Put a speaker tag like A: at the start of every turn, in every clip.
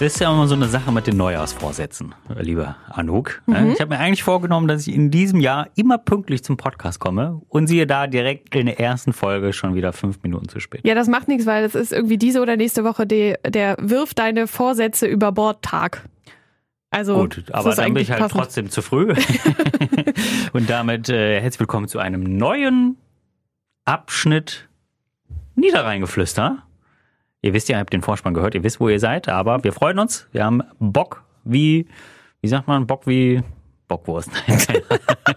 A: Das ist ja immer so eine Sache mit den Neujahrsvorsätzen, liebe Anouk. ne?
B: Mhm.
A: Ich habe mir eigentlich vorgenommen, dass ich in diesem Jahr immer pünktlich zum Podcast komme und siehe da direkt in der ersten Folge schon wieder fünf Minuten zu spät.
B: Ja, das macht nichts, weil das ist irgendwie diese oder nächste Woche die, der Wirf deine Vorsätze über Bord Tag. Also,
A: Gut,
B: das
A: aber
B: ist
A: dann bin
B: eigentlich
A: ich halt
B: passend.
A: trotzdem zu früh. und damit äh, herzlich willkommen zu einem neuen Abschnitt Niederrheingeflüster. Ihr wisst ja, ihr habt den Vorspann gehört, ihr wisst, wo ihr seid, aber wir freuen uns. Wir haben Bock wie, wie sagt man, Bock wie Bockwurst. Nein, keine Ahnung.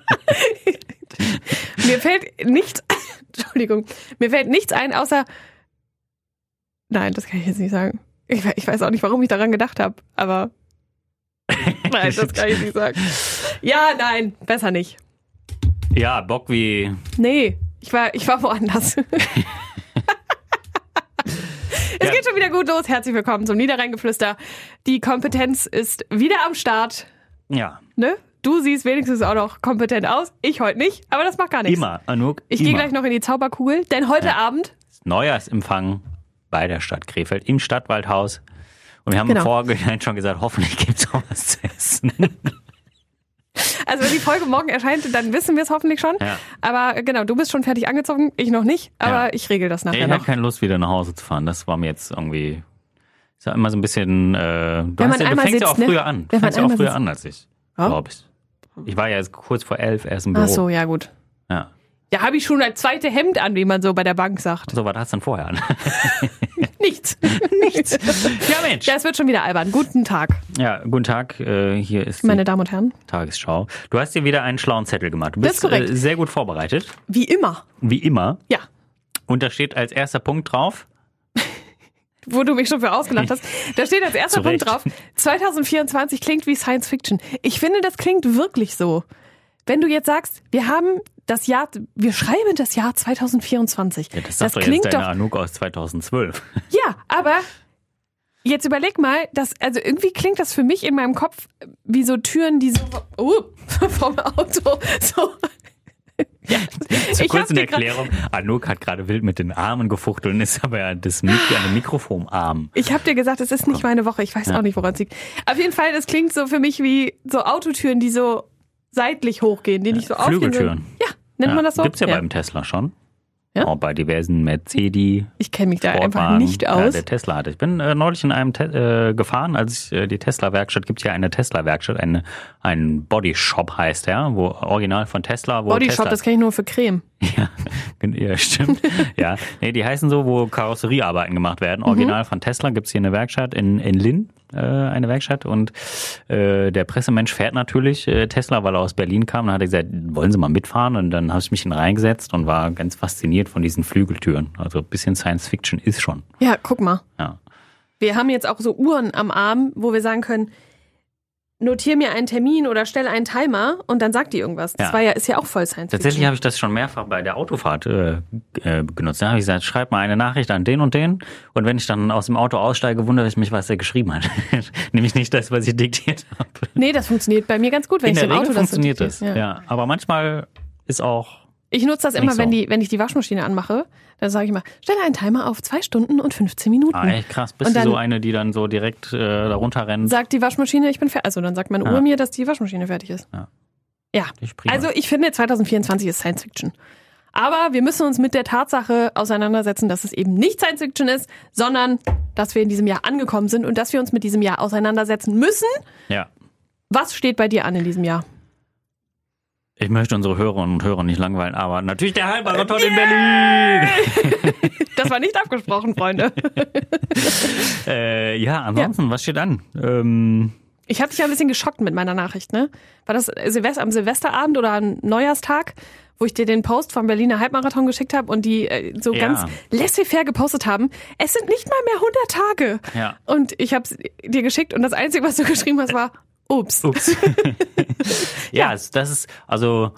B: Mir fällt nichts, Entschuldigung, mir fällt nichts ein, außer, nein, das kann ich jetzt nicht sagen. Ich, we- ich weiß auch nicht, warum ich daran gedacht habe, aber nein, das kann ich nicht sagen. Ja, nein, besser nicht.
A: ja, Bock wie,
B: Nee, ich war, ich war woanders. es
A: Ja.
B: geht schon wieder gut los. Herzlich willkommen zum Niederrheingeflüster. Die Kompetenz ist wieder am Start,
A: ja,
B: ne? Du siehst wenigstens auch noch kompetent aus. Ich heute nicht, aber das macht gar nichts.
A: immer, Anouk,
B: Ich gehe
A: immer.
B: gleich noch in die Zauberkugel, denn heute Abend
A: Neujahrsempfang bei der Stadt Krefeld im Stadtwaldhaus. Und wir haben
B: Genau.
A: im Vorhinein schon gesagt, hoffentlich gibt es auch was zu essen.
B: Also wenn die Folge morgen erscheint, dann wissen wir es hoffentlich schon.
A: Ja.
B: Aber äh, genau, du bist schon fertig angezogen, ich noch nicht, aber
A: Ja.
B: ich regel das
A: Ich
B: nachher
A: hatte
B: noch.
A: keine Lust, wieder nach Hause zu fahren. Das war mir jetzt irgendwie. Ist ja immer so ein bisschen. Äh, du,
B: Wenn man
A: hast ja, du
B: einmal
A: fängst ja
B: sitzt,
A: auch
B: ne?
A: früher an. Du
B: Wenn man
A: fängst ja auch
B: einmal
A: früher
B: sitzt.
A: an als ich.
B: Ja?
A: Glaube ich. Ich war ja jetzt kurz vor elf erst im Büro.
B: Ach so, ja gut.
A: Ja.
B: Da habe ich schon ein zweites Hemd an, wie man so bei der Bank sagt.
A: So, was hast du denn vorher an?
B: Nichts. Nichts.
A: ja, Mensch.
B: Ja, es wird schon wieder albern. Guten Tag,
A: Ja, guten Tag. Äh, hier ist
B: meine
A: die
B: Damen und Herren.
A: Tagesschau. Du hast dir wieder einen schlauen Zettel gemacht. Du
B: Das
A: bist
B: ist korrekt.
A: äh, sehr gut vorbereitet.
B: Wie immer.
A: Wie immer.
B: Ja.
A: Und da steht als erster Punkt drauf.
B: Wo du mich schon für ausgelacht hast. Da steht als erster
A: Zu Recht.
B: Punkt drauf, 2024 klingt wie Science Fiction. Ich finde, das klingt wirklich so. Wenn du jetzt sagst, wir haben das Jahr, wir schreiben das Jahr 2024.
A: Ja, das sagt doch
B: klingt
A: jetzt deine
B: doch
A: Anouk aus 2012.
B: Ja, aber jetzt überleg mal, das, also irgendwie klingt das für mich in meinem Kopf wie so Türen, die so oh, vom Auto so.
A: Zur
B: Ich hab
A: kurzen
B: dir grad-
A: Erklärung. Anouk hat gerade wild mit den Armen gefuchtelt und ist aber das, Mik an dem Mikrofonarm.
B: Ich habe dir gesagt, es ist nicht meine Woche. Ich weiß auch nicht, woran es liegt. Auf jeden Fall, das klingt so für mich wie so Autotüren, die so seitlich hochgehen, die nicht so aufgehen.
A: Flügeltüren.
B: sondern- Ja, nennt man das so?
A: Gibt's ja, beim Tesla schon.
B: Ja?
A: Auch bei diversen Mercedes,
B: Ich kenne mich da einfach
A: Sportwagen.
B: nicht
A: Ja,
B: aus.
A: der Tesla hatte. Ich bin äh, neulich in einem Te äh, gefahren, als ich, äh, die Tesla-Werkstatt, gibt ja eine Tesla-Werkstatt, eine, ein Bodyshop heißt der, wo original von Tesla, wo
B: Bodyshop,
A: Tesla
B: das kenne ich nur für Creme.
A: Ja, ja stimmt. ja. Nee, die heißen so, wo Karosseriearbeiten gemacht werden. Original von Tesla gibt's hier eine Werkstatt in, in Linn, äh, eine Werkstatt. Und äh, der Pressemensch fährt natürlich äh, Tesla, weil er aus Berlin kam. Dann hat er gesagt, wollen Sie mal mitfahren? Und dann habe ich mich ihn reingesetzt und war ganz fasziniert von diesen Flügeltüren. Also ein bisschen Science Fiction ist schon.
B: Ja, guck mal.
A: Ja.
B: Wir haben jetzt auch so Uhren am Arm, wo wir sagen können, notier mir einen Termin oder stell einen Timer und dann sagt die irgendwas. Das
A: Ja.
B: war ja, ist ja auch voll Science
A: Tatsächlich
B: Fiction.
A: habe ich das schon mehrfach bei der Autofahrt äh, äh, genutzt. Da habe ich gesagt, schreib mal eine Nachricht an den und den. Und wenn ich dann aus dem Auto aussteige, wundere ich mich, was er geschrieben hat. Nämlich nicht das, was ich diktiert habe.
B: Nee, das funktioniert bei mir ganz gut, wenn
A: In
B: ich
A: der
B: im Auto
A: Regel
B: das
A: funktioniert
B: diktiere.
A: das. Ja. aber manchmal ist auch
B: Ich nutze das immer,
A: Nicht
B: wenn,
A: so.
B: die, wenn ich die Waschmaschine anmache. Dann sage ich mal, stelle einen Timer auf zwei Stunden und 15 Minuten.
A: ah, echt krass.
B: Hm.
A: Bist
B: Und
A: du
B: dann-
A: so eine, die dann so direkt äh, darunter rennt?
B: Sagt die Waschmaschine, ich bin fertig. Also dann sagt meine
A: Ja.
B: Uhr mir, dass die Waschmaschine fertig ist.
A: Ja.
B: ja.
A: Ich prima.
B: Also ich finde, 2024 ist Science Fiction. Aber wir müssen uns mit der Tatsache auseinandersetzen, dass es eben nicht Science Fiction ist, sondern dass wir in diesem Jahr angekommen sind und dass wir uns mit diesem Jahr auseinandersetzen müssen.
A: ja.
B: Was steht bei dir an in diesem Jahr?
A: Ich möchte unsere Hörerinnen und Hörer nicht langweilen, aber natürlich der Halbmarathon in Berlin.
B: Das war nicht abgesprochen, Freunde.
A: Äh, ja, ansonsten, was steht an? Ähm,
B: Ich habe dich ja ein bisschen geschockt mit meiner Nachricht, ne? War das Silvester, am Silvesterabend oder am Neujahrstag, wo ich dir den Post vom Berliner Halbmarathon geschickt habe und die äh, so
A: Ja.
B: ganz laissez-faire gepostet haben? Es sind nicht mal mehr 100 Tage.
A: Ja.
B: Und ich habe es dir geschickt und das Einzige, was du geschrieben
A: Oh.
B: hast, war Ups.
A: ups. ja, es- das ist, also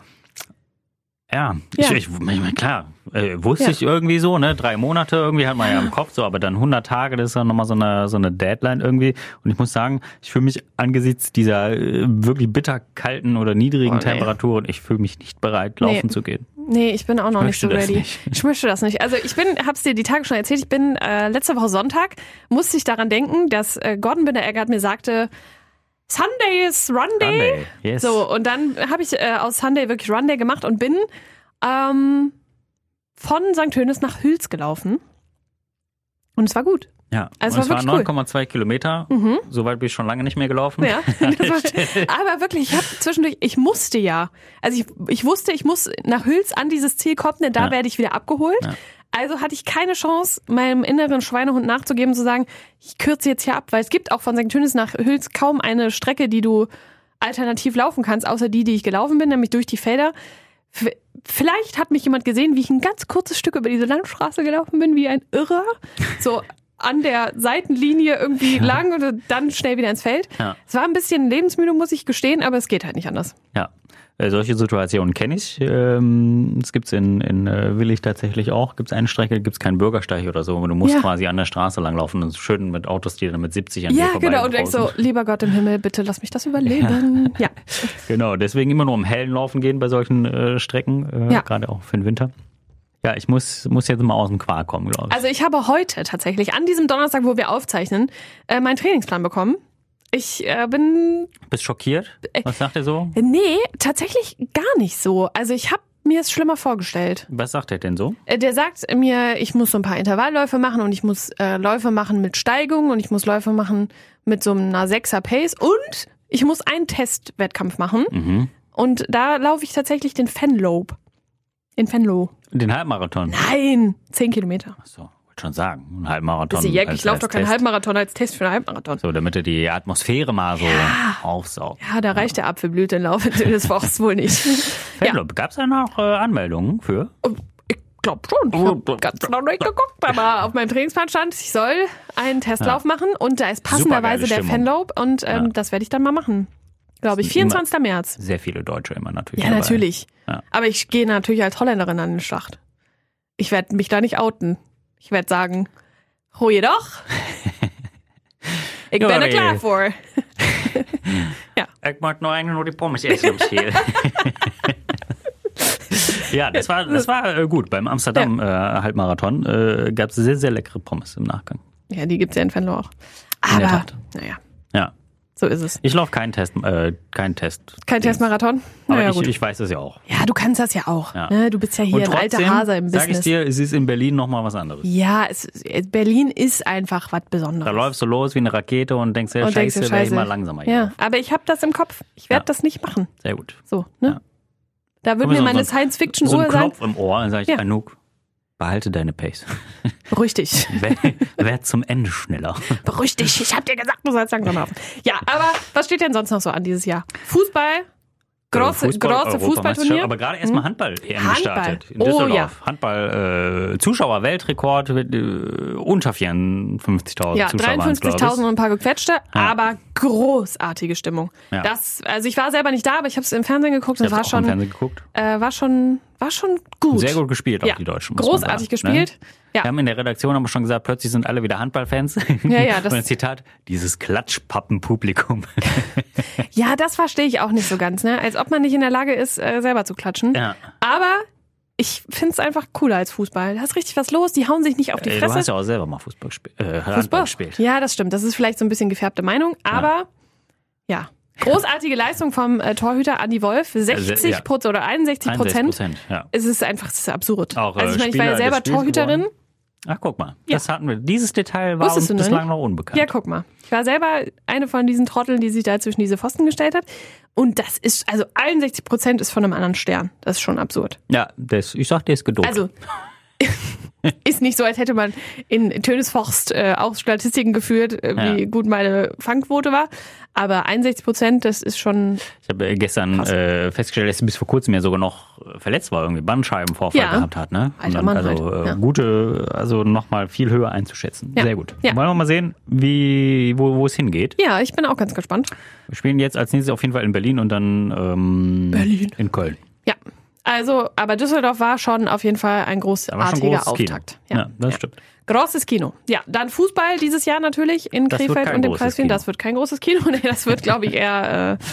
A: Ja,
B: Ja.
A: Ich, ich, ich meine, klar, äh, wusste
B: Ja.
A: ich irgendwie so, ne? Drei Monate irgendwie hat man ja im Kopf so, aber dann 100 Tage, das ist ja nochmal so eine, so eine Deadline irgendwie. Und ich muss sagen, ich fühle mich angesichts dieser äh, wirklich bitterkalten oder niedrigen
B: Oh, nee.
A: Temperaturen, ich fühle mich nicht bereit, laufen
B: Nee.
A: zu gehen.
B: Nee, ich bin auch noch nicht
A: möchte
B: so
A: das
B: ready.
A: nicht.
B: Ich möchte das nicht. Also ich bin, hab's dir die Tage schon erzählt, ich bin äh, letzte Woche Sonntag, musste ich daran denken, dass äh, Gordon Binderegger mir sagte, Sunday is Run Day.
A: Sunday, Ah, yes.
B: So, und dann habe ich äh, aus Sunday wirklich Run Day gemacht und bin ähm, von St. Hönes nach Hüls gelaufen. Und es war gut.
A: Ja,
B: Also
A: und
B: es war
A: es
B: wirklich Mhm.
A: waren 9,2 Kilometer. So weit bin ich schon lange nicht mehr gelaufen.
B: Ja, das war, aber wirklich, ich habe zwischendurch, ich musste ja. Also ich, ich wusste, ich muss nach Hüls an dieses Ziel kommen, denn da
A: Ja.
B: werde ich wieder abgeholt.
A: Ja.
B: Also hatte ich keine Chance, meinem inneren Schweinehund nachzugeben, zu sagen, ich kürze jetzt hier ab, weil es gibt auch von St. Tönis nach Hüls kaum eine Strecke, die du alternativ laufen kannst, außer die, die ich gelaufen bin, nämlich durch die Felder. V- Vielleicht hat mich jemand gesehen, wie ich ein ganz kurzes Stück über diese Landstraße gelaufen bin, wie ein Irrer. So an der Seitenlinie irgendwie lang und dann schnell wieder ins Feld.
A: Ja.
B: Es war ein bisschen lebensmüde, muss ich gestehen, aber es geht halt nicht anders.
A: Ja, äh, solche Situationen kenne ich. Ähm, Das gibt's in, in äh, Willig tatsächlich auch. Gibt's eine Strecke, gibt's keinen Bürgersteig oder so. Du musst
B: Ja.
A: quasi an der Straße langlaufen und schön mit Autos, die dann mit 70 an dir
B: Ja,
A: vorbei
B: genau. Und denkst so,
A: brausen.
B: lieber Gott im Himmel, bitte lass mich das überleben. Ja.
A: Genau, deswegen immer nur im hellen Laufen gehen bei solchen äh, Strecken, äh,
B: Ja.
A: gerade auch für den Winter. Ja, ich muss, muss jetzt mal aus dem Quark kommen, glaube ich.
B: Also ich habe heute tatsächlich, an diesem Donnerstag, wo wir aufzeichnen, äh, meinen Trainingsplan bekommen. Ich äh, bin
A: Bist schockiert?
B: Äh,
A: Was sagt er so?
B: Nee, tatsächlich gar nicht so. Also ich habe mir es schlimmer vorgestellt.
A: Was sagt er denn so?
B: Äh, Der sagt mir, ich muss so ein paar Intervallläufe machen und ich muss äh, Läufe machen mit Steigung und ich muss Läufe machen mit so einer 6er Pace und ich muss einen Testwettkampf machen.
A: Mhm.
B: Und da laufe ich tatsächlich den Fenlope. In Fenlo.
A: Den Halbmarathon.
B: Nein, 10 Kilometer.
A: Achso, wollte schon sagen. Ein Halbmarathon.
B: Ist die Jack,
A: als-
B: ich laufe
A: als
B: doch keinen
A: Test.
B: Halbmarathon als Test für einen Halbmarathon.
A: So, damit er die Atmosphäre mal so aufsaugt.
B: Ja, da reicht der Apfelblütenlauf des Wochens wohl nicht. ja,
A: Fanlob, gab es da noch äh, Anmeldungen für?
B: ich glaube schon.
A: Oh,
B: Ich hab ganz genau nicht geguckt, aber auf meinem Trainingsplan stand, ich soll einen Testlauf machen und da ist passenderweise der
A: Supergeile Stimmung.
B: Fenlope und ähm, das werde ich dann mal machen. Glaube ich,
A: Das sind immer-
B: 24. März.
A: Sehr viele Deutsche immer natürlich.
B: Ja,
A: dabei.
B: natürlich.
A: Ja.
B: Aber ich gehe natürlich als Holländerin an den Schlacht. Ich werde mich da nicht outen. Ich werde sagen, ho jedoch. Ich bin
A: Jori.
B: er klar vor.
A: Ich mag nur eigentlich nur die Pommes essen um im Stil. ja, das war, das war äh, gut. Beim Amsterdam-Halbmarathon äh, gab es sehr, sehr leckere Pommes im Nachgang.
B: Ja, die gibt's ja in Fenlo auch.
A: In der
B: Aber,
A: Tat.
B: naja,
A: Ja,
B: so ist es.
A: ich laufe keinen Test. Äh, keinen Test
B: Kein Testmarathon?
A: Aber
B: Naja,
A: ich,
B: gut.
A: ich weiß es ja auch.
B: ja, du kannst das ja auch.
A: Ja.
B: Ne? Du bist ja hier ein alter Hase im
A: sag ich
B: Business.
A: dir, es ist in Berlin nochmal was anderes.
B: Ja, es, es- Berlin ist einfach was Besonderes.
A: Da läufst du los wie eine Rakete und denkst, ja,
B: Und denkst
A: scheiße,
B: dir,
A: wäre ich
B: Scheiße.
A: mal langsamer. hier
B: Ja,
A: drauf.
B: aber ich habe das im Kopf. Ich werde
A: Ja.
B: das nicht machen.
A: Sehr gut.
B: So, ne?
A: Ja.
B: Da würde
A: Aber
B: mir
A: so-
B: meine
A: so-
B: Science-Fiction-Uhr
A: so einen
B: sagen.
A: Knopf im Ohr und sage ich,
B: Ja.
A: Anouk, behalte deine Pace.
B: Richtig.
A: Wer, wer zum Ende schneller?
B: Beruhig dich, ich hab dir gesagt, du sollst langsam laufen. Ja, aber was steht denn sonst noch so an dieses Jahr? Fußball, große, große
A: Äh, Europameisterschaft,
B: Fußballturnier. Hm?
A: Aber gerade erstmal Handball EM
B: Handball.
A: gestartet in
B: Oh,
A: Düsseldorf.
B: ja.
A: Handball äh, Zuschauer Weltrekord mit, äh, unter 54.000
B: ja,
A: Zuschauer waren's, glaub ich.
B: 53.000 und ein paar gequetschte, aber großartige Stimmung.
A: Ja.
B: Das, also ich war selber nicht da, aber ich habe es im Fernsehen geguckt und es
A: Ich
B: war
A: habe auch im
B: schon,
A: Fernsehen geguckt.
B: äh, war schon, war schon gut.
A: Sehr gut gespielt
B: Ja,
A: auch die Deutschen. muss man
B: großartig
A: sagen, ne?
B: gespielt. Ja.
A: Wir haben in der Redaktion aber schon gesagt, plötzlich sind alle wieder Handballfans.
B: Ja, ja, das-
A: und ein Zitat, dieses Klatschpappenpublikum.
B: ja, das verstehe ich auch nicht so ganz, ne? Als ob man nicht in der Lage ist, äh, selber zu klatschen.
A: ja.
B: Aber ich finde es einfach cooler als Fußball. Da ist richtig was los, die hauen sich nicht auf die
A: Ey,
B: Fresse.
A: Du hast ja auch selber mal Fußball, gesp- äh, Handball
B: Fußball.
A: gespielt.
B: Ja, das stimmt. Das ist vielleicht so ein bisschen gefärbte Meinung, aber ja. Großartige Leistung vom äh, Torhüter Andy Wolf. 60
A: ja.
B: Prozent oder 61 Prozent.
A: Prozent. Ja.
B: Es ist einfach es ist absurd.
A: Auch, äh,
B: also ich meine, ich war
A: Spieler
B: ja selber
A: des Spiels
B: Torhüterin.
A: geworden. Ach, guck mal.
B: Ja.
A: Das hatten wir. Dieses Detail war
B: Wusstest
A: uns
B: du noch
A: bislang
B: nicht?
A: noch unbekannt.
B: Ja, guck mal. Ich war selber eine von diesen Trotteln, die sich da zwischen diese Pfosten gestellt hat. Und das ist, also 61 Prozent ist von einem anderen Stern. Das ist schon absurd.
A: Ja, das, ich sag, der ist gedopt.
B: Also ist nicht so, als hätte man in Tönes Forst äh, auch Statistiken geführt, äh, wie
A: Ja.
B: gut meine Fangquote war. Aber 61 Prozent, das ist schon
A: ich habe äh, gestern
B: Krass.
A: äh, festgestellt, dass er bis vor kurzem ja sogar noch äh, verletzt war, irgendwie Bandscheibenvorfall
B: Ja.
A: gehabt hat. Ne? Und
B: Alter
A: dann,
B: Mann
A: also
B: halt.
A: äh,
B: Ja.
A: gute, also nochmal viel höher einzuschätzen.
B: Ja.
A: Sehr gut.
B: Ja.
A: Wollen wir mal sehen, wie, wo, wo es hingeht.
B: Ja, ich bin auch ganz gespannt.
A: Wir spielen jetzt als nächstes auf jeden Fall in Berlin und dann ähm,
B: Berlin.
A: in Köln.
B: Ja. Also, aber Düsseldorf war schon auf jeden Fall ein
A: Da war schon
B: großartiger
A: großes
B: Auftakt.
A: Kino. Ja, das stimmt.
B: Großes Kino. Ja, dann Fußball dieses Jahr natürlich in
A: Das wird
B: Krefeld
A: kein
B: und im
A: großes
B: Kreis Wien.
A: Kino.
B: Das wird kein großes Kino. Nee, das wird, glaube ich, eher, äh,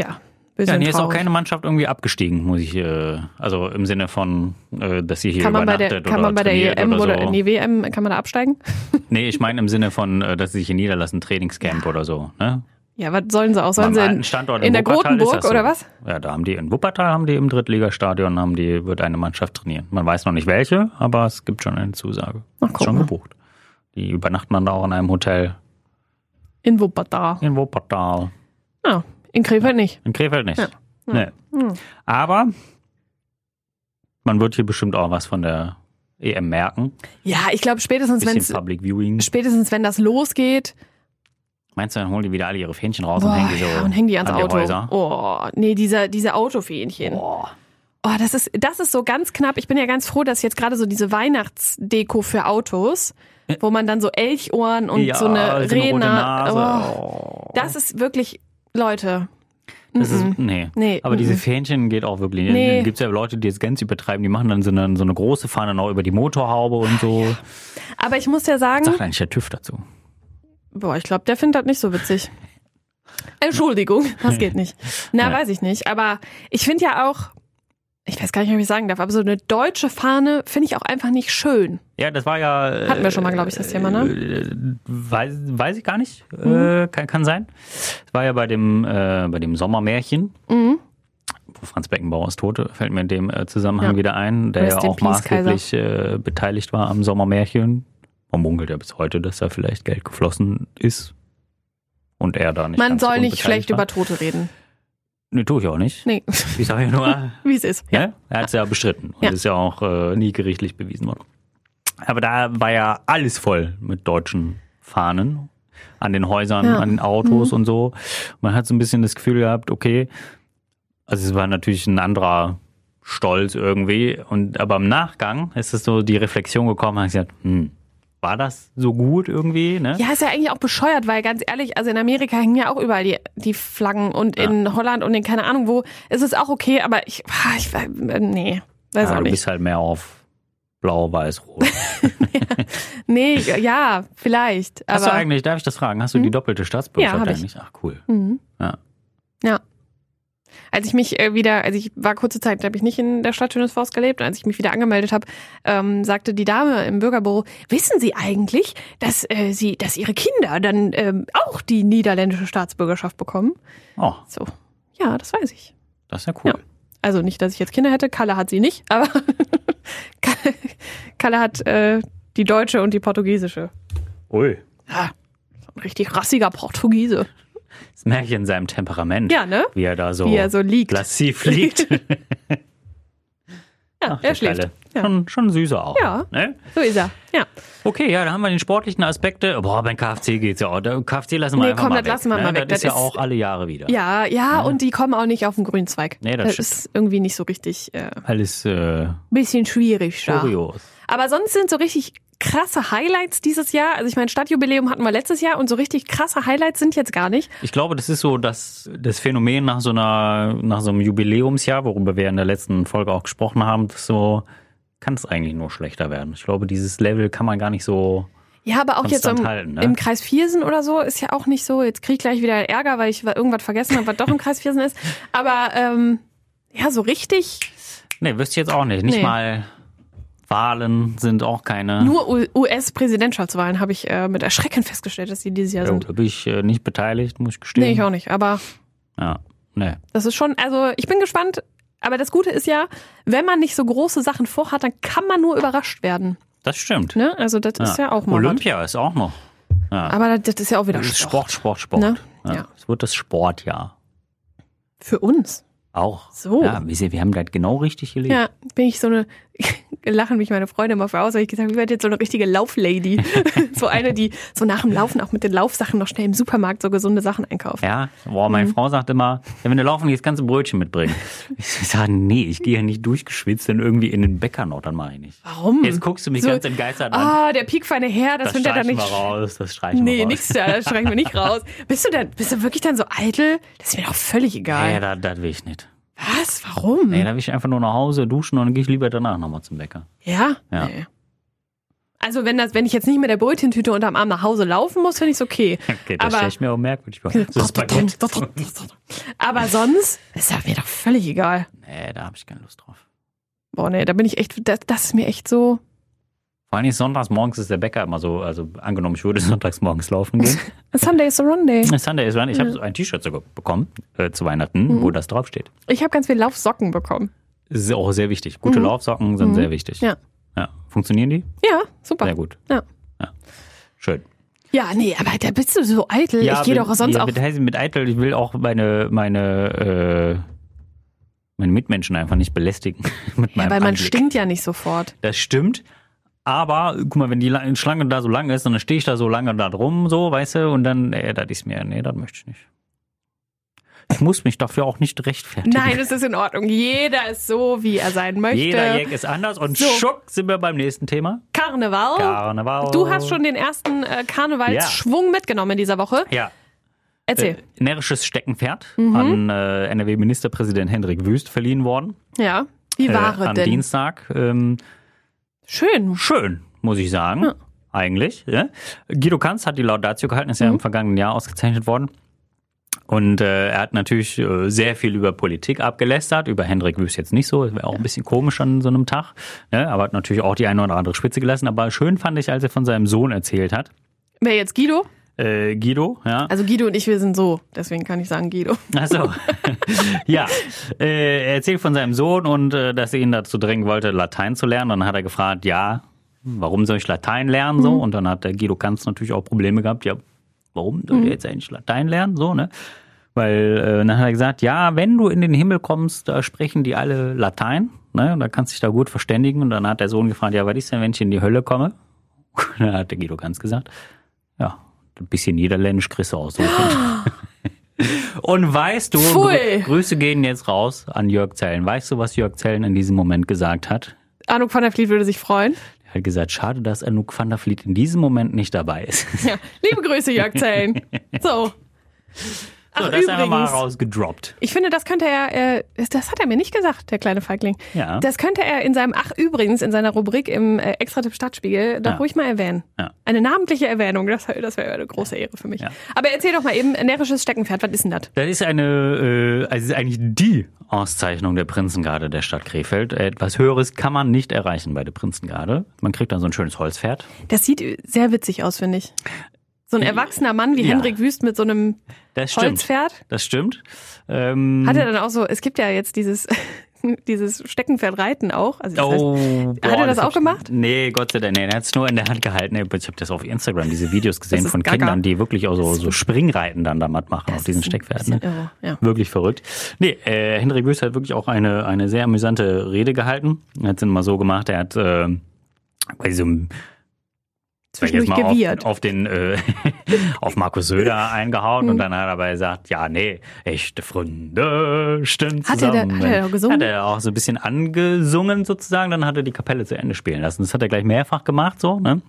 B: ja,
A: Ja,
B: bisschen
A: hier ist auch
B: traurig.
A: keine Mannschaft irgendwie abgestiegen, muss ich, äh, also im Sinne von, äh, dass sie hier
B: kann man bei
A: übernachtet
B: der, kann
A: oder
B: man bei der
A: trainiert
B: EM oder,
A: so.
B: nee, WM, kann man da absteigen?
A: Nee, ich meine im Sinne von, äh, dass sie sich hier niederlassen, Trainingscamp oder so. Ne?
B: Ja, was sollen sie auch? Sollen
A: Beim
B: sie
A: alten
B: in,
A: Standort
B: in der
A: Wuppertal ist
B: Grotenburg
A: das so.
B: oder was?
A: Ja, da haben die in Wuppertal haben die im Drittligastadion haben die wird eine Mannschaft trainieren. Man weiß noch nicht welche, aber es gibt schon eine Zusage.
B: Ach,
A: ist
B: guck
A: schon
B: mal.
A: gebucht. Die übernachten dann da auch in einem Hotel
B: In Wuppertal.
A: in Wuppertal.
B: Ah, in Krefeld nicht.
A: In Krefeld nicht.
B: Ja.
A: Nee.
B: Hm.
A: Aber man wird hier bestimmt auch was von der EM merken.
B: Ja, ich glaube, spätestens,
A: Bisschen
B: wenn's,
A: Public Viewing.
B: spätestens wenn das losgeht,
A: Meinst du, dann holen die wieder alle ihre Fähnchen raus
B: boah,
A: und hängen die so
B: ja, und hängen die ans
A: an die
B: Auto.
A: Häuser?
B: Oh, nee, diese, diese Autofähnchen.
A: Boah.
B: Oh, das ist, das ist so ganz knapp. Ich bin ja ganz froh, dass jetzt gerade so diese Weihnachtsdeko für Autos, wo man dann so Elchohren und
A: Äh. ja,
B: so eine
A: so eine rote
B: Rena.
A: Nase.
B: oh,
A: Oh.
B: das ist wirklich, Leute.
A: Das
B: mhm.
A: ist, nee.
B: Nee,
A: Aber diese
B: mhm.
A: Fähnchen geht auch wirklich.
B: Nee.
A: Gibt es ja Leute, die es ganz übertreiben. Die machen dann so eine, so eine große Fahne noch über die Motorhaube und so.
B: Aber ich muss ja sagen,
A: Sagt eigentlich der TÜV dazu.
B: boah, ich glaube, der findet das nicht so witzig. Entschuldigung, das geht nicht. Na,
A: Ja.
B: weiß ich nicht. Aber ich finde ja auch, ich weiß gar nicht, ob ich sagen darf, aber so eine deutsche Fahne finde ich auch einfach nicht schön.
A: Ja, das war ja.
B: Hatten wir schon mal, glaub ich, das Thema, ne? Mhm.
A: äh, Weiß, weiß ich gar nicht. Äh, kann, kann sein. Es war ja bei dem, äh, bei dem Sommermärchen.
B: Mhm.
A: wo Franz Beckenbauer ist tot, fällt mir in dem äh, Zusammenhang
B: Ja.
A: wieder ein, der
B: Rest
A: ja
B: in
A: auch
B: peace,
A: maßgeblich äh, beteiligt war am Sommermärchen. Man munkelt ja bis heute, dass da vielleicht Geld geflossen ist und er da nicht.
B: Man
A: ganz so
B: soll nicht schlecht über
A: unbeteiligt
B: Tote reden.
A: war. Nee, tue ich auch nicht.
B: Nee,
A: Ich sage ja nur,
B: wie es ist.
A: ja, Ne? er hat es ja bestritten und
B: Ja.
A: ist ja auch äh, nie gerichtlich bewiesen worden. Aber da war ja alles voll mit deutschen Fahnen an den Häusern,
B: Ja. Mhm.
A: an den Autos und so. Man hat so ein bisschen das Gefühl gehabt, okay, also es war natürlich ein anderer Stolz irgendwie und aber im Nachgang ist es so die Reflexion gekommen, hat gesagt, hm, war das so gut irgendwie, ne?
B: Ja, ist ja eigentlich auch bescheuert, weil ganz ehrlich, also in Amerika hängen ja auch überall die, die Flaggen und in Holland und in keine Ahnung wo ist es auch okay, aber ich, ah, ich äh, nee, weiß
A: aber
B: auch
A: du
B: nicht.
A: bist halt mehr auf blau, weiß, rot.
B: Nee, ja, vielleicht,
A: Hast du
B: aber Hm?
A: eigentlich, darf ich das fragen, hast du die doppelte Staatsbürgerschaft
B: Ja, hab ich.
A: eigentlich? Ach cool.
B: Mhm.
A: Ja.
B: Ja. Als ich mich äh, wieder, also ich war kurze Zeit, glaube ich, nicht in der Stadt Schönesforst gelebt. Und als ich mich wieder angemeldet habe, ähm, sagte die Dame im Bürgerbüro, wissen Sie eigentlich, dass äh, sie, dass Ihre Kinder dann ähm, auch die niederländische Staatsbürgerschaft bekommen?
A: Oh,
B: So, ja, das weiß ich.
A: das ist ja cool.
B: Ja. Also nicht, dass ich jetzt Kinder hätte. Kalle hat sie nicht, aber Kalle, Kalle hat äh, die deutsche und die portugiesische.
A: Ui.
B: Ja, so ein richtig rassiger Portugiese.
A: Das merke ich in seinem Temperament.
B: Ja, ne?
A: Wie er da so,
B: Wie er so liegt.
A: lassiv liegt.
B: Ja,
A: Ach,
B: er
A: der
B: schläft.
A: Kleine.
B: Ja.
A: Schon, schon süßer auch.
B: Ja.
A: Ne?
B: So ist er. Ja.
A: Okay, ja, da haben wir den sportlichen Aspekte. Boah, beim KFC geht's ja auch. Da- KFC lassen wir
B: Nee,
A: einfach
B: komm,
A: mal
B: das
A: weg.
B: lassen wir mal
A: ne?
B: weg.
A: Das, ist
B: Das
A: ja
B: ist-
A: auch alle Jahre wieder.
B: Ja, ja, und die kommen auch nicht auf den grünen Zweig. Äh,
A: Nee, das stimmt.
B: ist irgendwie nicht so richtig, äh,
A: Alles äh,
B: bisschen schwierig da.
A: kurios.
B: Aber sonst sind so richtig krasse Highlights dieses Jahr. Also ich meine, Stadtjubiläum hatten wir letztes Jahr und so richtig krasse Highlights sind jetzt gar nicht.
A: Ich glaube, das ist so das, das Phänomen nach so einer, nach so einem Jubiläumsjahr, worüber wir in der letzten Folge auch gesprochen haben, das so kann es eigentlich nur schlechter werden. Ich glaube, dieses Level kann man gar nicht so
B: Ja, aber auch jetzt so
A: Konstant
B: im,
A: halten, ne?
B: im Kreis Viersen oder so ist ja auch nicht so. Jetzt krieg ich gleich wieder Ärger, weil ich irgendwas vergessen habe, was doch im Kreis Viersen ist. Aber ähm, ja, so richtig.
A: Nee, wüsste ich jetzt auch nicht. Nicht
B: Nee.
A: mal Wahlen sind auch keine.
B: Nur U- US-Präsidentschaftswahlen habe ich äh, mit Erschrecken festgestellt, dass die dieses Jahr
A: ja,
B: sind.
A: da bin ich äh, nicht beteiligt, muss ich gestehen.
B: Nee, ich auch nicht. Aber
A: Ja, nee.
B: Das ist schon, also ich bin gespannt. Aber das Gute ist ja, wenn man nicht so große Sachen vorhat, dann kann man nur überrascht werden.
A: Das stimmt.
B: Ne? Also das ist ja auch mal.
A: Olympia ist auch noch.
B: was. Aber das ist ja auch wieder Sport.
A: Sport, Sport, Sport. Sport.
B: Ne?
A: Ja.
B: Ja.
A: Es wird das Sportjahr.
B: Für uns.
A: Auch.
B: So.
A: Ja, wisst ihr, wir haben das genau richtig gelesen.
B: Ja, bin ich so eine, lachen mich meine Freunde immer für aus, weil ich gesagt habe, ich werde jetzt so eine richtige Lauflady. so eine, die so nach dem Laufen auch mit den Laufsachen noch schnell im Supermarkt so gesunde Sachen einkauft.
A: Ja, boah, meine
B: Mhm.
A: Frau sagt immer, ja, wenn du laufen gehst, kannst du ein Brötchen mitbringen. Ich sage, nee, ich gehe ja nicht durchgeschwitzt dann irgendwie in den Bäcker noch, dann mache ich nicht.
B: Warum?
A: Jetzt guckst du mich
B: Hm. So-
A: ganz entgeistert an.
B: Ah, der piekfeine Herr, das,
A: Das
B: findet er dann
A: streichen
B: nicht
A: wir raus, das streichen wir
B: Nee,
A: raus.
B: nix da, das streichen wir nicht raus. Bist du denn, bist du wirklich dann so eitel? Das ist mir doch völlig egal.
A: Ja, das, das will ich nicht.
B: Was? Warum?
A: Nee, da will ich einfach nur nach Hause duschen und dann gehe ich lieber danach nochmal zum Bäcker.
B: Ja?
A: Ja.
B: Nee. Also wenn das, wenn ich jetzt nicht mit der Brötchentüte unterm Arm nach Hause laufen muss, finde ich es okay.
A: Okay, das
B: Aber-
A: stelle ich mir auch merkwürdig vor. So Spaghetti.
B: Aber sonst ist ja mir doch völlig egal.
A: Nee, da habe ich keine Lust drauf.
B: Boah, nee, da bin ich echt, das, das ist mir echt so.
A: Vor allem sonntags morgens ist der Bäcker immer so, also angenommen, ich würde sonntags morgens laufen gehen.
B: Sunday is a Runday.
A: Sunday is Run. Ich habe so ein T-Shirt sogar bekommen äh, zu Weihnachten,
B: Mhm.
A: wo das draufsteht.
B: Ich habe ganz viel Laufsocken bekommen.
A: Das ist auch sehr wichtig. Gute Laufsocken sind sehr wichtig.
B: Mhm. Ja.
A: ja. Funktionieren die?
B: Ja, super.
A: Sehr gut.
B: Ja.
A: Schön.
B: ja, nee, aber da bist du so eitel. ich gehe
A: mit-
B: doch sonst
A: ja,
B: auch.
A: Mit, heißt, mit Eitel, ich will auch meine, meine, äh, meine Mitmenschen einfach nicht belästigen. Mit
B: Ja,
A: meinem
B: weil man
A: Anblick.
B: stinkt ja nicht sofort.
A: Das stimmt. Aber guck mal, wenn die La- Schlange da so lang ist, dann stehe ich da so lange da drum, so, weißt du, und dann, nee, das ist mir, nee, das möchte ich nicht. Ich muss mich dafür auch nicht rechtfertigen.
B: Nein, es ist in Ordnung. Jeder ist so, wie er sein möchte.
A: Jeder Jack ist anders und
B: So.
A: schuck sind wir beim nächsten Thema.
B: Karneval.
A: Karneval.
B: Du hast schon den ersten äh, Karnevalsschwung mitgenommen in dieser Woche.
A: Ja. Äh,
B: Erzähl. Mhm.
A: närrisches Steckenpferd an äh, NRW-Ministerpräsident Hendrik Wüst verliehen worden.
B: ja. Wie
A: Äh,
B: war es
A: am
B: denn?
A: Dienstag. Ähm,
B: Schön.
A: schön, muss ich sagen. Eigentlich. Ja. Guido Kanz hat die Laudatio gehalten, ist ja im vergangenen Jahr ausgezeichnet worden. Und äh, er hat natürlich äh, sehr viel über Politik abgelästert, über Hendrik Wüst jetzt nicht so, es wäre auch ein bisschen komisch an so einem Tag, ne? aber hat natürlich auch die eine oder andere Spitze gelassen. Aber schön fand ich, als er von seinem Sohn erzählt hat,
B: Wer jetzt Guido?
A: äh, Guido, ja,
B: Also Guido und ich, wir sind so. Deswegen kann ich sagen Guido.
A: Also, ja, äh, er erzählt von seinem Sohn und äh, dass er ihn dazu drängen wollte, Latein zu lernen. Dann hat er gefragt, ja, warum soll ich Latein lernen? So und dann hat der Guido Kanz natürlich auch Probleme gehabt. Ja, warum soll der jetzt eigentlich Latein lernen? So ne, weil äh, dann hat er gesagt, ja, wenn du in den Himmel kommst, da sprechen die alle Latein. Ne, und da kannst du dich da gut verständigen. Und dann hat der Sohn gefragt, ja, was ist denn, wenn ich in die Hölle komme? dann hat der Guido Kanz gesagt, ja, ein bisschen Niederländisch kriegst du aussuchen. Und weißt du,
B: Pfui.
A: Grü Grüße gehen jetzt raus an Jörg Zellen. Weißt du, was Jörg Zellen in diesem Moment gesagt hat?
B: Arno van der Vliet würde sich freuen.
A: Er hat gesagt, schade, dass Anouk van der Vliet in diesem Moment nicht dabei ist.
B: Ja. Liebe Grüße, Jörg Zellen. So. Ach,
A: so, das einfach mal
B: übrigens.
A: rausgedroppt.
B: Ich finde, das könnte er, äh, das hat er mir nicht gesagt, der kleine Feigling.
A: Ja.
B: Das könnte er in seinem, ach übrigens, in seiner Rubrik im äh, Extra-Tipp Stadtspiegel doch
A: Ja.
B: ruhig mal erwähnen.
A: Ja.
B: Eine namentliche Erwähnung, das, das wäre eine große Ehre für mich.
A: Ja.
B: Aber erzähl doch mal eben, närrisches Steckenpferd, was ist denn das?
A: Das ist eine, äh, also es ist eigentlich die Auszeichnung der Prinzengarde der Stadt Krefeld. Etwas Höheres kann man nicht erreichen bei der Prinzengarde. Man kriegt dann so ein schönes Holzpferd.
B: Das sieht sehr witzig aus, finde ich. So ein erwachsener Mann wie
A: Ja.
B: Hendrik Wüst mit so einem
A: Das stimmt.
B: Holzpferd.
A: Das stimmt. Ähm,
B: Hat er dann auch so, es gibt ja jetzt dieses, dieses Steckenpferdreiten auch. Also das heißt,
A: Oh,
B: er das auch
A: hab ich-
B: gemacht?
A: Nee, Gott sei Dank. Nee, er hat es nur in der Hand gehalten. Nee, Ich habe das auf Instagram, diese Videos gesehen
B: ist
A: von
B: gaga.
A: Kindern, die wirklich auch so,
B: Das ist
A: so Springreiten dann damit machen auf
B: das
A: diesen ne?
B: ist ein
A: Steckpferden.
B: bisschen irre, ja.
A: Wirklich verrückt. Nee, äh, Hendrik Wüst hat wirklich auch eine, eine sehr amüsante Rede gehalten. Er hat es immer so gemacht, er hat äh, bei diesem sag ich jetzt
B: zwischendurch
A: mal
B: gewirrt.
A: auf, auf den äh, auf Markus Söder eingehauen
B: Hm.
A: und dann hat er aber gesagt, ja, nee, echte Freunde stehen
B: Hat er da-
A: zusammen.
B: hat er da gesungen?
A: Hat er auch so ein bisschen angesungen sozusagen, dann hat er die Kapelle zu Ende spielen lassen. Das hat er gleich mehrfach gemacht so, ne?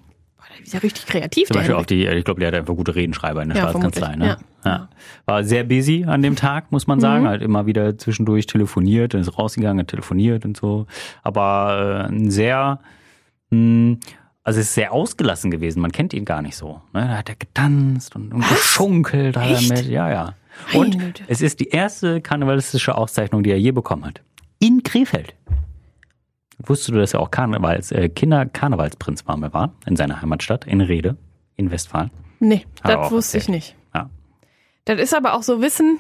B: Der ist ja richtig kreativ,
A: Zum
B: der
A: Beispiel
B: Hendrik.
A: auf die, äh, ich glaube, der hat einfach gute Redenschreiber in der
B: Ja, Mhm.
A: Staatskanzlei. Ne?
B: vermutlich,
A: Ja. War sehr busy an dem Tag, muss man sagen. Halt immer wieder zwischendurch telefoniert, dann ist rausgegangen, hat telefoniert und so. Aber äh, ein sehr, mh, also ist sehr ausgelassen gewesen. Man kennt ihn gar nicht so. Ne? Da hat er getanzt und, und geschunkelt. Hat er
B: Echt?
A: mit, ja, ja.
B: Meine
A: Und
B: Güte.
A: es ist die erste karnevalistische Auszeichnung, die er je bekommen hat. In Krefeld. Wusstest du, dass er auch Karnevals, äh, Kinder-Karnevalsprinz war, war in seiner Heimatstadt, in Rede, in Westfalen?
B: Nee,
A: Hat er
B: das
A: auch
B: wusste ich
A: erzählt.
B: nicht.
A: Ja.
B: Das ist aber auch so Wissen,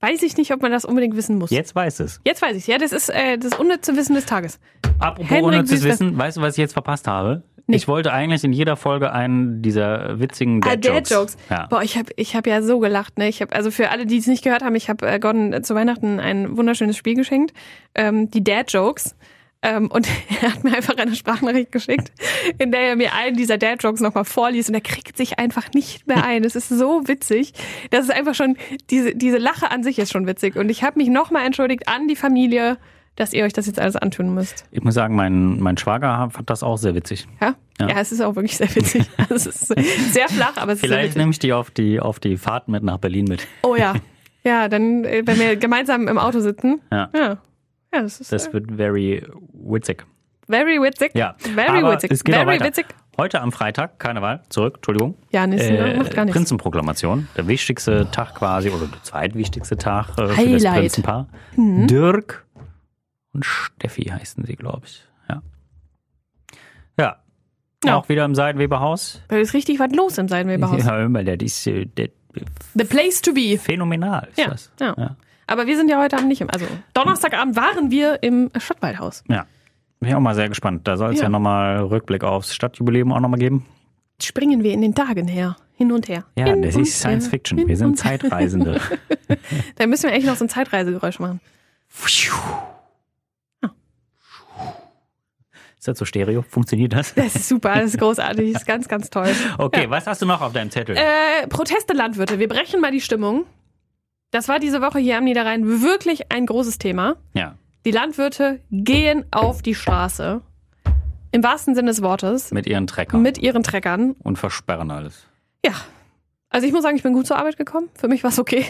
B: weiß ich nicht, ob man das unbedingt wissen muss.
A: Jetzt weiß es.
B: Jetzt weiß ich ja, das ist äh, das unnütze Wissen des Tages.
A: Apropos
B: Henrik
A: unnützes
B: Wüster.
A: Wissen, weißt du, was ich jetzt verpasst habe?
B: Nee.
A: Ich wollte eigentlich in jeder Folge einen dieser witzigen
B: Ah,
A: Dad-Jokes.
B: Dad-Jokes.
A: Ja.
B: Boah, ich habe ich hab ja so gelacht. Ne? Ich hab, also für alle, die es nicht gehört haben, ich habe äh, Gordon äh, zu Weihnachten ein wunderschönes Spiel geschenkt, ähm, die Dad-Jokes. Ähm, und er hat mir einfach eine Sprachnachricht geschickt, in der er mir einen dieser Dad-Jokes nochmal vorliest. Und er kriegt sich einfach nicht mehr ein. Es ist so witzig. Das ist einfach schon, diese, diese Lache an sich ist schon witzig. Und ich habe mich nochmal entschuldigt an die Familie, dass ihr euch das jetzt alles antun müsst.
A: Ich muss sagen, mein, mein Schwager fand das auch sehr witzig.
B: Ja?
A: Ja.
B: Ja, es ist auch wirklich sehr witzig. Also es ist sehr flach, aber es ist sehr
A: Vielleicht
B: witzig.
A: nehme ich die auf die, auf die Fahrt mit nach Berlin mit.
B: Oh ja. Ja, dann, äh, wenn wir gemeinsam im Auto sitzen.
A: Ja.
B: Ja, ja das ist
A: Das
B: äh,
A: wird very witzig.
B: very witzig.
A: Ja,
B: Very
A: aber
B: witzig.
A: es geht auch
B: very
A: weiter.
B: witzig.
A: Heute am Freitag, Karneval, zurück, Entschuldigung.
B: Ja, nee,
A: Äh,
B: macht gar nichts.
A: Prinzenproklamation, der wichtigste Tag quasi, oder der zweitwichtigste Tag äh, für das
B: Highlight.
A: Prinzenpaar. Mhm. Dirk und Steffi heißen sie, glaube ich. Ja. ja.
B: Ja.
A: Auch wieder im Seidenweberhaus.
B: Da ist richtig was los im Seidenweberhaus.
A: Ja, immer, der ist äh, der,
B: The place to be.
A: phänomenal. Ist
B: Ja,
A: das.
B: ja.
A: ja.
B: Aber wir sind ja heute Abend nicht im, also Donnerstagabend waren wir im Stadtwaldhaus.
A: Ja. Bin ich auch mal sehr gespannt. Da soll es ja,
B: Ja.
A: nochmal Rückblick aufs Stadtjubiläum auch nochmal geben.
B: Springen wir in den Tagen her, hin und her.
A: Ja,
B: hin
A: das
B: und
A: ist Science
B: her,
A: Fiction.
B: hin
A: Wir sind
B: und her.
A: Zeitreisende.
B: Da müssen wir eigentlich noch so ein Zeitreisegeräusch machen.
A: Ah. Ist das so Stereo? Funktioniert das?
B: Das ist super, das ist großartig, das ist ganz, ganz toll.
A: Okay, was hast du noch auf deinem Zettel?
B: Äh, Proteste Landwirte, wir brechen mal die Stimmung. Das war diese Woche hier am Niederrhein wirklich ein großes Thema.
A: ja,
B: Die Landwirte gehen auf die Straße. Im wahrsten Sinne des Wortes.
A: mit ihren Treckern
B: Mit ihren Treckern.
A: und versperren alles.
B: Ja. Also ich muss sagen, ich bin gut zur Arbeit gekommen. Für mich war es okay.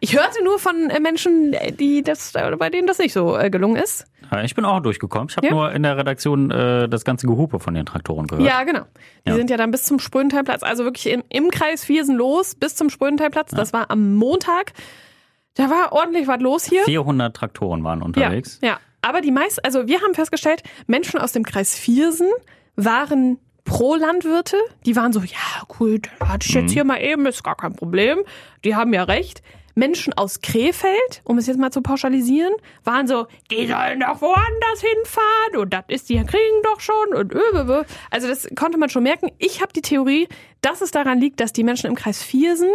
B: Ich hörte nur von äh, Menschen, die das, äh, bei denen das nicht so äh, gelungen ist.
A: Ja, Ich bin auch durchgekommen. Ich habe
B: Ja?
A: nur in der Redaktion äh, das ganze Gehupe von den Traktoren gehört.
B: Ja, genau. Die
A: Ja.
B: sind ja dann bis zum Sprönteilplatz, also wirklich im, im Kreis Viersen los, bis zum Sprönteilplatz. Das war am Montag. Da war ordentlich was los hier.
A: 400 Traktoren waren unterwegs.
B: Ja, ja. aber die meisten, also wir haben festgestellt, Menschen aus dem Kreis Viersen waren Pro-Landwirte. Die waren so, ja gut, hatte ich
A: Mhm.
B: jetzt hier mal eben, ist gar kein Problem. Die haben ja recht. Menschen aus Krefeld, um es jetzt mal zu pauschalisieren, waren so, die sollen doch woanders hinfahren und das ist, die kriegen doch schon und öbebe. Also das konnte man schon merken. Ich habe die Theorie, dass es daran liegt, dass die Menschen im Kreis Viersen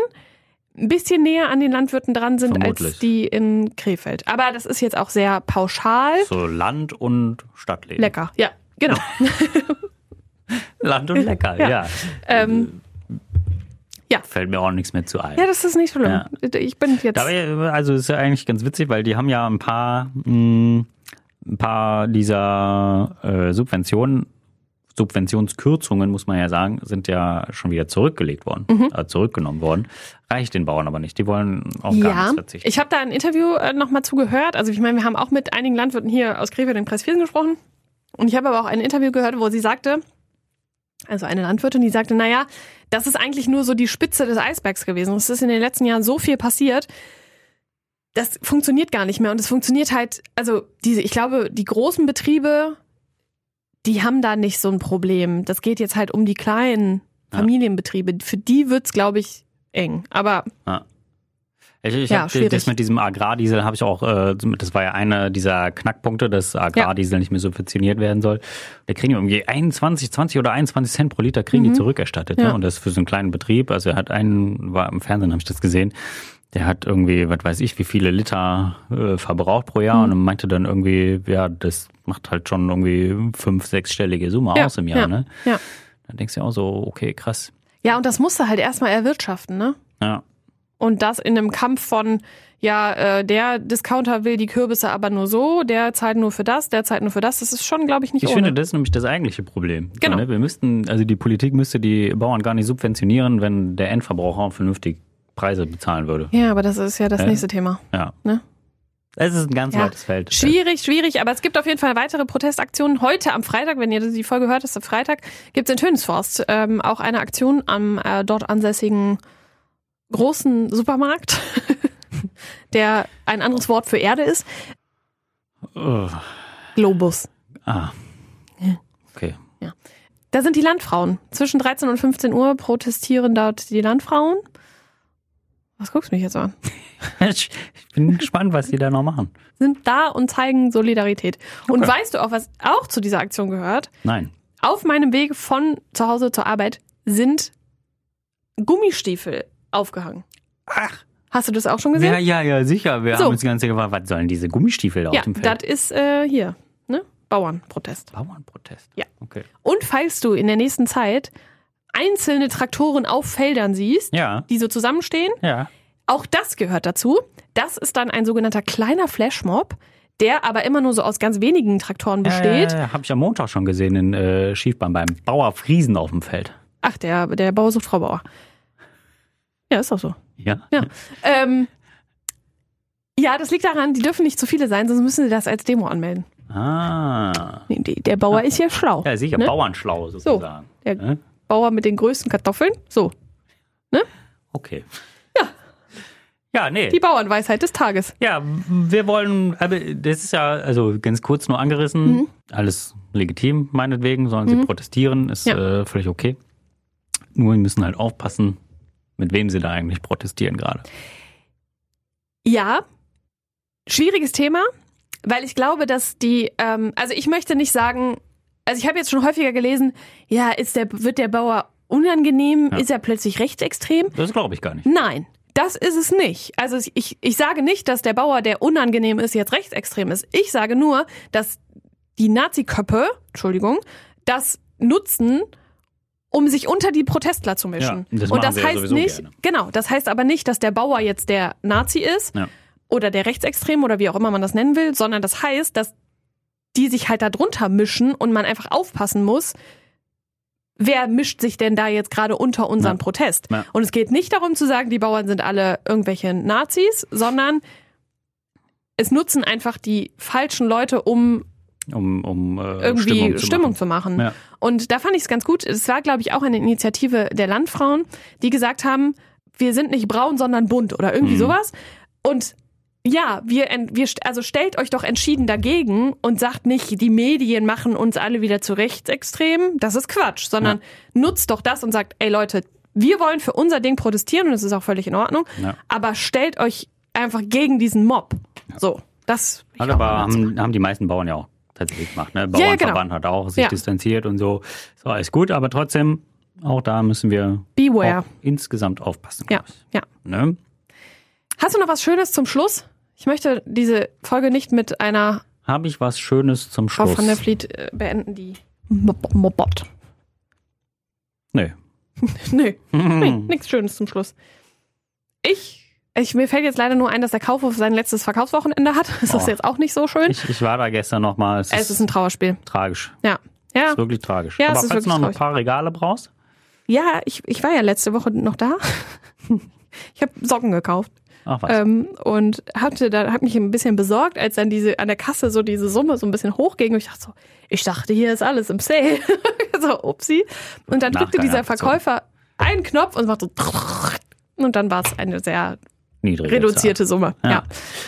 B: ein bisschen näher an den Landwirten dran sind
A: Vermutlich.
B: als die in Krefeld. Aber das ist jetzt auch sehr pauschal.
A: So Land und Stadtleben.
B: Lecker. Ja, genau.
A: Land und lecker, ja.
B: Ja. ähm,
A: Fällt mir auch nichts mehr zu ein.
B: ja, das ist nicht so schlimm. Ich bin jetzt.
A: Dabei, also ist ja eigentlich ganz witzig, weil die haben ja ein paar, mh, ein paar dieser äh, Subventionen, Subventionskürzungen, muss man ja sagen, sind ja schon wieder zurückgelegt worden,
B: Mhm.
A: äh, zurückgenommen worden. Reicht den Bauern aber nicht. Die wollen auf gar
B: ja,
A: nichts verzichten.
B: ich habe da ein Interview äh, nochmal zugehört. Also ich meine, wir haben auch mit einigen Landwirten hier aus Krefeld im Kreis Viersen gesprochen. Und ich habe aber auch ein Interview gehört, wo sie sagte, also eine Landwirtin, die sagte, naja, das ist eigentlich nur so die Spitze des Eisbergs gewesen. Es ist in den letzten Jahren so viel passiert. Das funktioniert gar nicht mehr. Und es funktioniert halt, also diese, ich glaube, die großen Betriebe, die haben da nicht so ein Problem. Das geht jetzt halt um die kleinen
A: Ja.
B: Familienbetriebe. Für die wird's, glaube ich, eng. Aber
A: Ich, ich
B: Ja,
A: hab,
B: schwierig.
A: das mit diesem Agrardiesel habe ich auch, äh, das war ja einer dieser Knackpunkte, dass Agrardiesel nicht mehr subventioniert werden soll. Da kriegen wir irgendwie 21, 20 oder 21 Cent pro Liter kriegen die zurückerstattet. Ne?
B: Mhm. Ja.
A: Und das für so einen kleinen Betrieb. Also er hat einen, war im Fernsehen, habe ich das gesehen, der hat irgendwie, was weiß ich, wie viele Liter äh, verbraucht pro
B: Mhm.
A: Jahr und meinte dann irgendwie, ja, das macht halt schon irgendwie fünf, sechsstellige Summe
B: Ja,
A: aus im Jahr.
B: ja,
A: Ne?
B: ja.
A: Dann denkst du ja auch so, okay, krass.
B: Ja, und das musst du halt erstmal erwirtschaften, ne?
A: Ja.
B: Und das in einem Kampf von, ja, äh, der Discounter will die Kürbisse aber nur so, der zahlt nur für das, der zahlt nur für das. Das ist schon, glaube ich, nicht
A: Ich
B: ohne.
A: finde, das ist nämlich das eigentliche Problem.
B: Oh, ne? Genau.
A: So, ne? Wir müssten, also die Politik müsste die Bauern gar nicht subventionieren, wenn der Endverbraucher vernünftig Preise bezahlen würde.
B: ja, aber das ist ja das
A: Ja.
B: nächste Thema.
A: Ja.
B: Ne?
A: Es ist ein ganz
B: Ja.
A: weites Feld.
B: Schwierig, schwierig, aber es gibt auf jeden Fall weitere Protestaktionen. Heute am Freitag, wenn ihr die Folge hört, ist am Freitag, gibt es in Tönisforst ähm, auch eine Aktion am äh, dort ansässigen großen Supermarkt, der ein anderes Wort für Erde ist.
A: Oh,
B: Globus.
A: ah. Okay.
B: Da sind die Landfrauen. Zwischen 13 und 15 Uhr protestieren dort die Landfrauen. Was guckst du mich jetzt so an?
A: Ich bin gespannt, was die da noch machen.
B: Sind da und zeigen Solidarität. Und weißt du auch, was auch zu dieser Aktion gehört?
A: Nein.
B: Auf meinem Weg von zu Hause zur Arbeit sind Gummistiefel aufgehangen.
A: Ach.
B: Hast du das auch schon
A: Ja,
B: gesehen?
A: ja, ja, sicher. Wir
B: So.
A: haben uns die ganze Zeit gefragt, was sollen diese Gummistiefel da
B: ja
A: auf dem
B: das
A: Feld?
B: ist äh, hier, ne? Bauernprotest.
A: Bauernprotest.
B: Ja.
A: Okay.
B: Und falls du in der nächsten Zeit einzelne Traktoren auf Feldern siehst,
A: Ja.
B: die so zusammenstehen,
A: Ja.
B: Auch das gehört dazu. Das ist dann ein sogenannter kleiner Flashmob, der aber immer nur so aus ganz wenigen Traktoren besteht.
A: Äh, Habe ich am Montag schon gesehen in äh, Schiefbahn beim Bauer Friesen auf dem Feld.
B: Ach, der, der Bauer sucht Frau Bauer. Ja, ist auch so.
A: Ja.
B: Ja. Ähm, Ja, das liegt daran, die dürfen nicht zu viele sein, sonst müssen sie das als Demo anmelden.
A: Ah.
B: Nee, die- der Bauer ist ja schlau.
A: Ja, sicher,
B: Ne?
A: bauernschlau sozusagen.
B: Der
A: Ne?
B: Bauer mit den größten Kartoffeln. So,
A: Okay. Ja. Ja, nee.
B: die Bauernweisheit des Tages.
A: Ja, wir wollen, aber das ist ja, also ganz kurz nur angerissen,
B: Mhm.
A: alles legitim, meinetwegen, sollen sie protestieren, ist
B: Ja.
A: äh, völlig okay. Nur sie müssen halt aufpassen, mit wem sie da eigentlich protestieren gerade.
B: Ja, schwieriges Thema, weil ich glaube, dass die, ähm, also ich möchte nicht sagen, also ich habe jetzt schon häufiger gelesen, ja, ist der, wird der Bauer unangenehm,
A: Ja.
B: ist er plötzlich rechtsextrem?
A: Das glaube ich gar nicht.
B: Nein, das ist es nicht. Also ich, ich sage nicht, dass der Bauer, der unangenehm ist, jetzt rechtsextrem ist. Ich sage nur, dass die Nazi-Köppe, Entschuldigung, das nutzen, um sich unter die Protestler zu mischen.
A: Ja, das machen
B: Und das
A: sie ja
B: heißt
A: sowieso
B: nicht,
A: gerne.
B: genau, das heißt aber nicht, dass der Bauer jetzt der Nazi ist
A: Ja.
B: oder der Rechtsextrem oder wie auch immer man das nennen will, sondern das heißt, dass die sich halt da drunter mischen und man einfach aufpassen muss, wer mischt sich denn da jetzt gerade unter unseren
A: Ja.
B: Protest?
A: Ja.
B: Und es geht nicht darum zu sagen, die Bauern sind alle irgendwelche Nazis, sondern es nutzen einfach die falschen Leute, um
A: Um, um äh,
B: irgendwie Stimmung zu
A: Stimmung
B: machen.
A: Ja.
B: Und da fand ich es ganz gut. Es war, glaube ich, auch eine Initiative der Landfrauen, die gesagt haben, wir sind nicht braun, sondern bunt oder irgendwie
A: Mhm.
B: sowas. Und ja, wir, ent- wir, st- also stellt euch doch entschieden dagegen und sagt nicht, die Medien machen uns alle wieder zu rechtsextrem. Das ist Quatsch, sondern nutzt doch das und sagt, ey Leute, wir wollen für unser Ding protestieren und es ist auch völlig in Ordnung.
A: Ja.
B: Aber stellt euch einfach gegen diesen Mob. So, das.
A: Hat aber Also, haben, haben die meisten Bauern ja auch tatsächlich gemacht. Ne?
B: Ja, ja, genau.
A: Bauernverband hat auch sich
B: Ja.
A: distanziert und so. So, alles gut, aber trotzdem, auch da müssen wir
B: Beware.
A: auch insgesamt aufpassen.
B: Oh Ja,
A: glaub ich.
B: ja.
A: Ne?
B: Hast du noch was Schönes zum Schluss? Ich möchte diese Folge nicht mit einer
A: Habe ich was Schönes zum
B: Frau
A: Schluss?
B: van der Vliet äh, beenden, die Mob- Mobot.
A: Nee.
B: Nö, nee, nichts Schönes zum Schluss. Ich, ich, mir fällt jetzt leider nur ein, dass der Kaufhof sein letztes Verkaufswochenende hat. Das ist
A: Oh.
B: jetzt auch nicht so schön.
A: Ich, ich war da gestern nochmal. Es,
B: es ist ein Trauerspiel.
A: tragisch.
B: Ja.
A: Es
B: Ja,
A: ist wirklich tragisch.
B: Ja, es
A: Aber
B: ist
A: falls du noch
B: wirklich
A: ein paar Regale brauchst,
B: ja ich, ich war ja letzte Woche noch da. Ich habe Socken gekauft
A: ach was.
B: ähm, und hatte da, hab mich ein bisschen besorgt, als dann diese an der Kasse so diese Summe so ein bisschen hochging. Und ich dachte so, ich dachte, hier ist alles im Sale. so, upsi. Und dann drückte
A: Nachgang
B: dieser
A: abgezogen.
B: Verkäufer einen Knopf und macht so und dann war es eine sehr
A: Niedrige
B: reduzierte Summe. Ja.
A: Ja.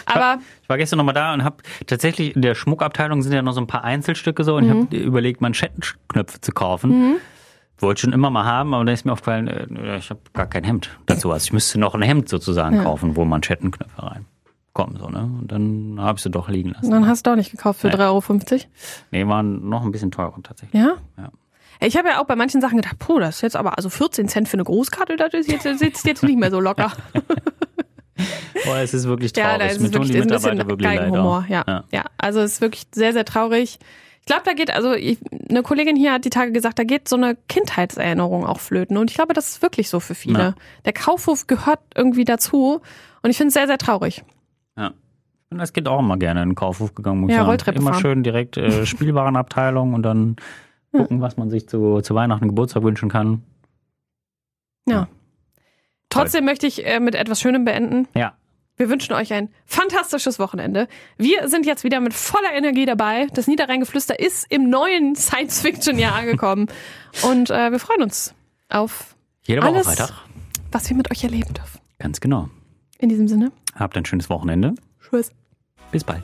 B: Aber
A: Zahl. Ich war gestern nochmal da und habe tatsächlich in der Schmuckabteilung sind ja noch so ein paar Einzelstücke so und
B: Mhm.
A: ich habe überlegt, Manschettenknöpfe zu kaufen. Wollte schon immer mal haben, aber dann ist mir aufgefallen, äh, ich habe gar kein Hemd dazu. Also ich müsste noch ein Hemd sozusagen kaufen, wo Manschettenknöpfe reinkommen. So, ne? Und dann habe ich sie doch liegen lassen.
B: dann hast du auch nicht gekauft für 3,50 Euro.
A: Nee, waren noch ein bisschen teurer tatsächlich.
B: Ja?
A: Ja.
B: Ich habe ja auch bei manchen Sachen gedacht, puh, das ist jetzt aber, also 14 Cent für eine Großkarte, das ist jetzt, sitzt jetzt nicht mehr so locker.
A: Boah, es ist wirklich
B: Ja,
A: traurig.
B: da ist
A: Mir
B: es
A: tun
B: wirklich
A: die
B: ist ein
A: Mitarbeiter
B: bisschen
A: wirklich leid.
B: Geigenhumor.
A: auch.
B: Ja. Ja. also es ist wirklich sehr, sehr traurig. Ich glaube, da geht, also ich, eine Kollegin hier hat die Tage gesagt, da geht so eine Kindheitserinnerung auch flöten. Und ich glaube, das ist wirklich so für viele.
A: Ja.
B: Der Kaufhof gehört irgendwie dazu. Und ich finde es sehr, sehr traurig.
A: Ja. Ich bin als Kind auch immer gerne in den Kaufhof gegangen. muss ich
B: Ja,
A: sagen.
B: Rolltreppe
A: Immer
B: fahren.
A: schön direkt äh, Spielwarenabteilung und dann gucken, was man sich zu, zu Weihnachten Geburtstag wünschen kann.
B: Ja.
A: Ja.
B: Trotzdem möchte ich äh, mit etwas Schönem beenden.
A: Ja.
B: Wir wünschen euch ein fantastisches Wochenende. Wir sind jetzt wieder mit voller Energie dabei. Das Niederrheingeflüster ist im neuen Science-Fiction-Jahr angekommen. Und äh, wir freuen uns auf,
A: Jede Woche
B: Alles-
A: Freitag.
B: was wir mit euch erleben dürfen.
A: Ganz genau.
B: In diesem Sinne,
A: Habt ein schönes Wochenende.
B: tschüss.
A: Bis bald.